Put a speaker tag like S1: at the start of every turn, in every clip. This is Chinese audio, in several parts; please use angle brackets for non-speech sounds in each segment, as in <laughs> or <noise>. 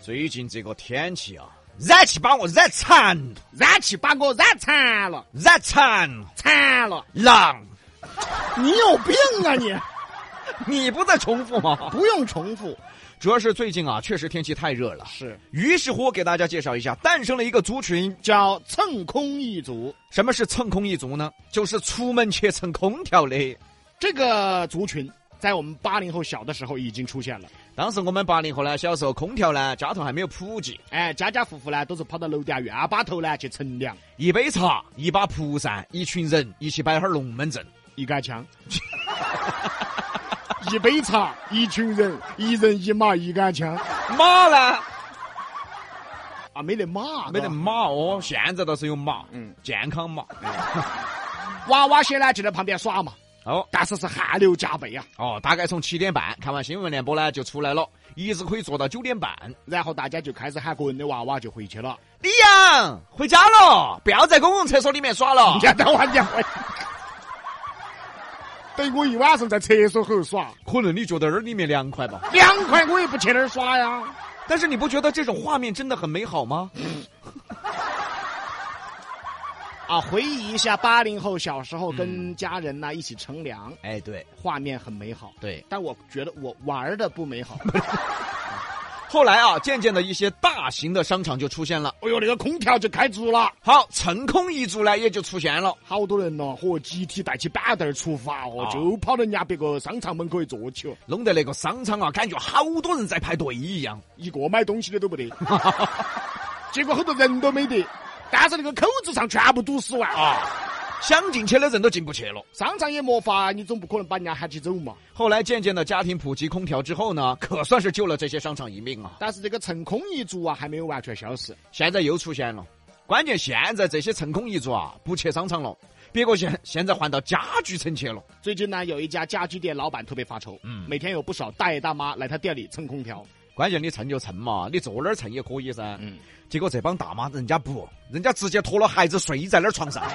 S1: 最近这个天气啊，染气把我染馋，
S2: 染气把我染馋了，
S1: 染馋
S2: 馋了！
S1: 狼。
S2: 你有病啊你！
S1: 你不在重复吗？ <laughs>
S2: 不用重复，
S1: 主要是最近啊，确实天气太热了。
S2: <laughs> 是
S1: 于是乎，给大家介绍一下，诞生了一个族群。
S2: 叫蹭空一族。
S1: 什么是蹭空一族呢？就是出门去蹭空调的。
S2: 这个族群在我们八零后小的时候已经出现了。
S1: 当时我们八零后呢，小时候空调呢，家头还没有普及，
S2: 哎，家家户户呢都是跑到楼底下院坝头呢去乘凉，
S1: 一杯茶，一把蒲扇，一群人一起摆会儿龙门阵。
S2: 一杆 <laughs> 枪，一杯茶，一群人，一人一马，一杆 <laughs> 枪
S1: 马呢？
S2: 啊，没得马，
S1: 没得
S2: 嘎。
S1: 马哦，现在倒是有马，
S2: 嗯
S1: 健康马。
S2: 娃娃些呢就在旁边耍嘛，
S1: 哦
S2: 但是是汗流浃背啊。
S1: 哦，大概从七点半看完新闻联播呢，就出来了，一直可以坐到九点半。
S2: 然后大家就开始喊个人的娃娃就回去了。
S1: 李阳，回家了，不要在公共厕所里面耍了
S2: <laughs> 你。家等我，你回。等我一晚上在厕所后耍，
S1: 可能你觉得那儿里面凉快吧，
S2: 凉快我也不去那儿耍呀。
S1: 但是你不觉得这种画面真的很美好吗？
S2: 啊，回忆一下八零后小时候跟家人呐、一起乘凉，
S1: 哎，对
S2: 画面很美好。
S1: 对。
S2: 但我觉得我玩的不美好。
S1: 后来啊，渐渐的一些大型的商场就出现了，
S2: <laughs> 哎呦，那个空调就开足了，
S1: 好，成空一族呢也就出现了。
S2: 好多人咯、和集体带起板凳儿出发哦，
S1: 啊
S2: 就跑到人家别个商场门口一坐起哦，
S1: 弄得那个商场啊，感觉好多人在排队一样。
S2: 一个买东西的都不 <laughs> 得，结果很多人都没得，但是那个口子上全部堵死完啊。
S1: 想进去的人都进不去了。
S2: 商场也没法，你总不可能把人家喊起走嘛。
S1: 后来渐渐的，家庭普及空调之后呢，可算是救了这些商场一命啊。
S2: 但是这个蹭空一族啊，还没有完全消失。
S1: 现在又出现了，关键现在这些蹭空一族啊，不去商场了，别个现现在换到家具城去了。
S2: 最近呢，有一家家居店老板特别发愁，
S1: 嗯
S2: 每天有不少大爷大妈来他店里蹭空调，
S1: 关键你蹭就蹭嘛，你坐那儿蹭也可以噻。
S2: 嗯
S1: 结果这帮大妈人家不，人家直接拖了孩子睡在那儿床上。 <laughs>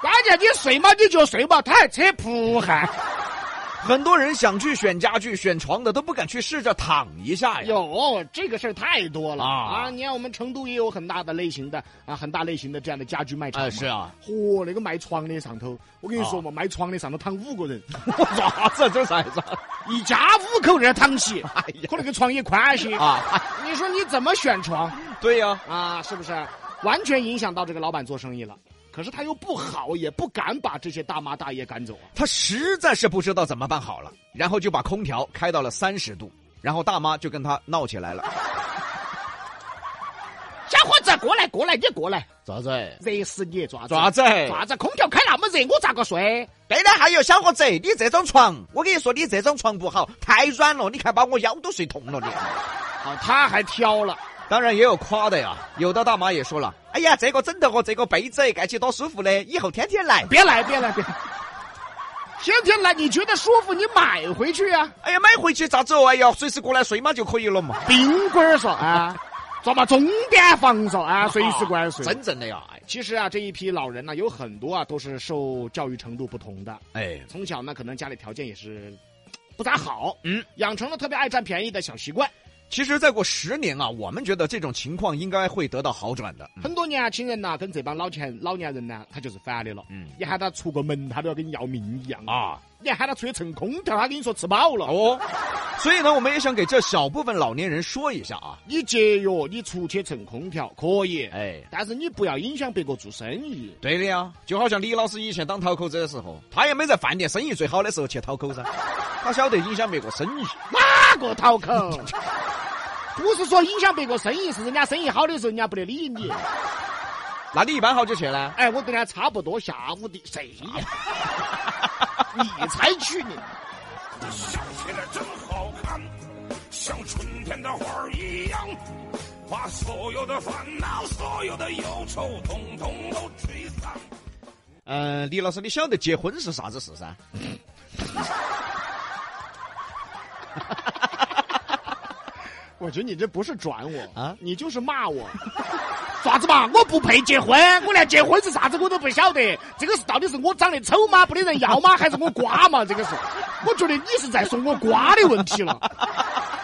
S2: 关键你睡嘛你就睡嘛，他还扯蒲
S1: <laughs>
S2: 汗，
S1: 很多人想去选家具、选床的都不敢去试着躺一下呀。
S2: 有这个事儿太多了
S1: 啊
S2: 啊你看我们成都也有很大的类型的啊，很大类型的这样的家居卖场嘛、
S1: 哎，是啊， <laughs>
S2: 嚯，那个卖床的上头，我跟你说嘛，卖床的上头躺五个人，
S1: 我啥子这啥子
S2: 一家五口在那儿躺
S1: <laughs>
S2: 起，
S1: 哎呀
S2: 可那个床也宽些啊。
S1: 啊？
S2: 你说你怎么选床？
S1: 对呀、
S2: 啊，是不是？完全影响到这个老板做生意了。可是他又不好，也不敢把这些大妈大爷赶走啊。
S1: 他实在是不知道怎么办好了，然后就把空调开到了三十度，然后大妈就跟他闹起来了。
S2: 小伙子，过来过来，你过来，
S1: 咋子？
S2: 热死你爪子！
S1: 咋子？
S2: 爪子？啊空调开那么热，我咋个睡？
S1: 对的，还有小伙子，你这种床，我跟你说，你这种床不好，太软了，你看把我腰都睡痛了你。
S2: 啊，他还挑了，
S1: 当然也有夸的呀，有的大妈也说了，哎呀，这个枕头和这个被子盖起多舒服的，以后天天来。
S2: 别来别来别来。天天来，你觉得舒服，你买回去啊呀、
S1: 哎呀，买回去咋子哦？哎呀，随时过来睡嘛就可以了嘛。
S2: 冰棍儿说啊， <laughs> 抓嘛钟点房说啊，随时过来睡。
S1: 真正的呀，哎
S2: 其实啊，这一批老人呢、有很多啊，都是受教育程度不同的。
S1: 哎，
S2: 从小呢，可能家里条件也是不咋好，
S1: 嗯，
S2: 养成了特别爱占便宜的小习惯。
S1: 其实再过十年啊，我们觉得这种情况应该会得到好转的。
S2: 很多年轻人呐，跟这帮老钱老年人呢，他就是反的了。
S1: 嗯
S2: 你喊他出个门，他都要跟你要命一样！
S1: 啊，
S2: 你喊他出去蹭空调，他跟你说吃饱了。
S1: 哦，所以呢，我们也想给这小部分老年人说一下啊，
S2: 你节约，你出去蹭空调可以，
S1: 哎，
S2: 但是你不要影响别个做生意。
S1: 对的呀，就好像李老师以前当讨口子的时候，他也没在饭店生意最好的时候去讨
S2: <laughs>
S1: 口噻，他晓得影响别个生意。
S2: 哪个讨口？ <laughs> 不是说影响别个生意，是人家生意好的时候，人家不得理你。
S1: 那你一般好久去
S2: <laughs>
S1: 呢？
S2: 哎，我跟他差不多，下午的谁呀？你才去呢！
S3: 笑起来真好看，像春天的花儿一样，把所有的烦恼、所有的忧愁，统统都吹散。
S1: 嗯、李老师，你晓得结婚是啥子事噻？
S2: 我觉得你这不是转我
S1: 啊
S2: 你就是骂我。 <laughs> 啥子嘛？我不配结婚，我连结婚是啥子我都不晓得。这个是到底是我长得丑吗？不得人要吗？还是我瓜 <laughs> 嘛？这个是，我觉得你是在说我瓜的问题了。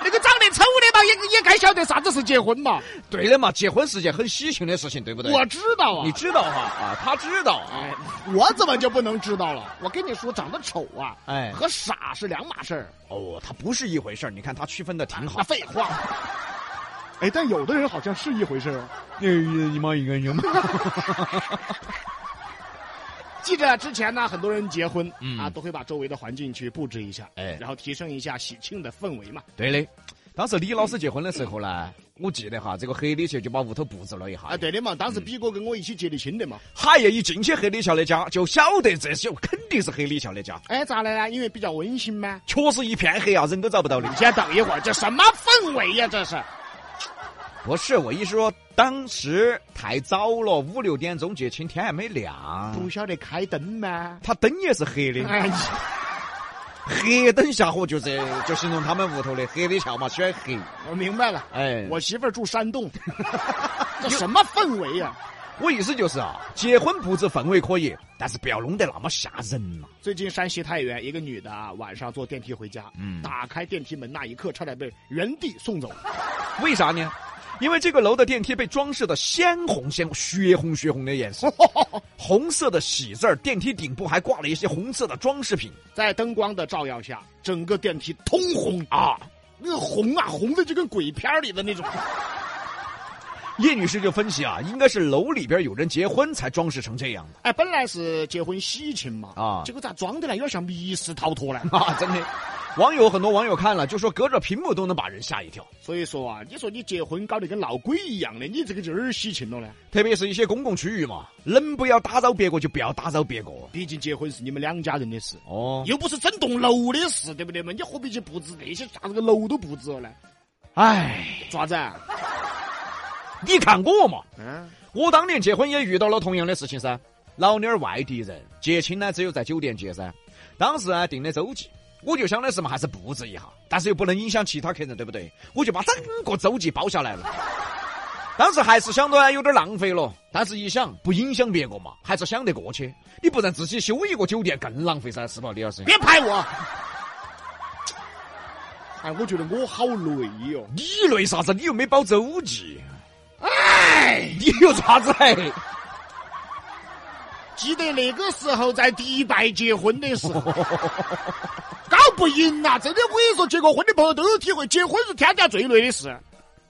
S2: 那个长得丑的嘛，也也该晓得啥子是结婚嘛。
S1: 对的嘛，结婚是件很喜庆的事情，对不对？
S2: 我知道啊
S1: 你，知道哈啊，他知道啊。
S2: 哎，我怎么就不能知道了？我跟你说，长得丑啊，
S1: 哎
S2: 和傻是两码事儿。
S1: 哦，他不是一回事儿。你看他区分的挺好
S2: 那。废话。哎，但有的人好像是一回事儿。啊
S1: 你妈一个人吗？
S2: <laughs> 记着之前呢，很多人结婚、
S1: 嗯
S2: 啊，都会把周围的环境去布置一下，
S1: 哎
S2: 然后提升一下喜庆的氛围嘛。
S1: 对的，当时李老师结婚的时候呢，我记得哈，这个黑李秀就把屋头布置了一下。
S2: 啊，对的嘛，当
S1: 嗯
S2: 时比哥跟我一起结的亲的嘛。
S1: 海爷一进去黑李笑的家，就晓得这就肯定是黑李笑的家，
S2: 哎，咋了呢？因为比较温馨嘛。
S1: 确实一片黑啊，人都找不到的
S2: 你。先等一会儿，这什么氛围呀、这是
S1: 不是，我意思说当时太早了，五六点钟结亲，天还没亮，
S2: 不晓得开灯吗？
S1: 他灯也是黑的，
S2: 哎呀，
S1: 黑灯瞎火就这就形容他们屋头的黑的笑嘛，喜欢黑。
S2: 我明白了。
S1: 哎，
S2: 我媳妇儿住山 <laughs> 洞，这什么氛围呀、
S1: 我意思就是啊，结婚布置氛围可以，但是不要弄得那么吓人嘛。
S2: 最近山西太原一个女的啊，晚上坐电梯回家，
S1: 嗯
S2: 打开电梯门那一刻，差点被原地送走。
S1: 为啥呢？因为这个楼的电梯被装饰的鲜红鲜红血红血红的颜
S2: <laughs>
S1: 色，红色的喜字儿，电梯顶部还挂了一些红色的装饰品。
S2: 在灯光的照耀下，整个电梯通红啊，那个红啊，红的就跟鬼片儿里的那种。
S1: 叶女士就分析啊，应该是楼里边有人结婚才装饰成这样的 <laughs>
S2: 哎，本来是结婚喜庆嘛，
S1: 啊
S2: 结果咋装的呢？有点像密室逃脱了。 <laughs>
S1: 啊，真的。网友很多网友看了就说，隔着屏幕都能把人吓一跳，
S2: 所以说啊，你说你结婚搞得跟闹鬼一样的，你这个就有点喜庆了呢。
S1: 特别是一些公共区域嘛，能不要打扰别个就不要打扰别个。
S2: 毕竟结婚是你们两家人的事，
S1: 哦，
S2: 又不是整栋楼的事，对不对嘛？你何必去布置那些啥子个楼都布置了呢？
S1: 哎，
S2: 爪子、啊？
S1: 你看我嘛，
S2: 嗯，
S1: 我当年结婚也遇到了同样的事情噻。老妞儿外地人，结亲呢只有在酒店结噻。当时呢定的周记，我就想的是嘛，还是布置一下，但是又不能影响其他客人，对不对？我就把整个周记包下来了。当时还是想着呢啊有点浪费了，但是一想不影响别个嘛，还是想得过去。你不然自己修一个酒店更浪费噻，是吧，李老师？
S2: 别拍我！哎，我觉得我好累哟、
S1: 你累啥子？你又没包周记，
S2: 哎，
S1: 你有啥子嘿？
S2: 记得那个时候在迪拜结婚的时候，搞不赢呐、真的，我跟你说，结过婚的朋友都有体会，结婚是天下最累的事。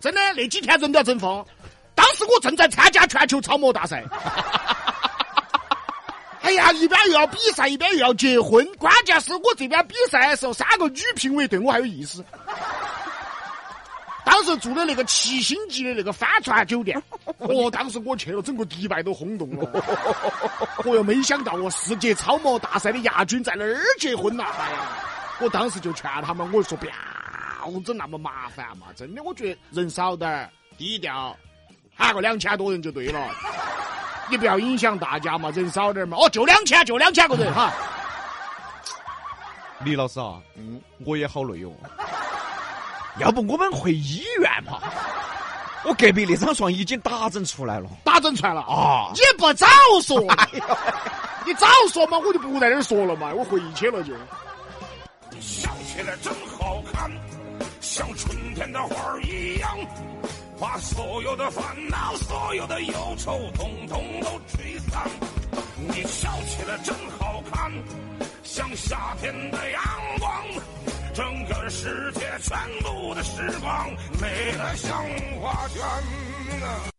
S2: 真的，那几天人都要争疯。当时我正在参加全球超模大赛，哎呀，一边又要比赛，一边又要结婚，关键是我这边比赛的时候，三个女评委对我还有意思。当时住的那个七星级的那个帆船酒店，哦，当时我去了，整个迪拜都轰动了。我又没想到我世界超模大赛的亚军在那儿结婚呐、哎呀，我当时就劝他们，我说不要整那么麻烦嘛，真的，我觉得人少点儿，低调，喊个两千多人就对了。你不要影响大家嘛，人少点儿嘛。哦，就两千，就两千个人哈。
S1: 李老师啊，
S2: 嗯，
S1: 我也好累哟、要不我们回医院嘛？我隔壁那张床已经打整出来了
S2: 打整出来了
S1: 啊！
S2: 啊！你不早说， <laughs> 你早说嘛，我就不在这儿说了嘛，我回去了就。
S3: 笑起来真好看，像春天的花儿一样，把所有的烦恼、所有的忧愁，统统都吹散。你笑起来真好看，像夏天的阳光，整个世界全部的时光美得像画卷啊。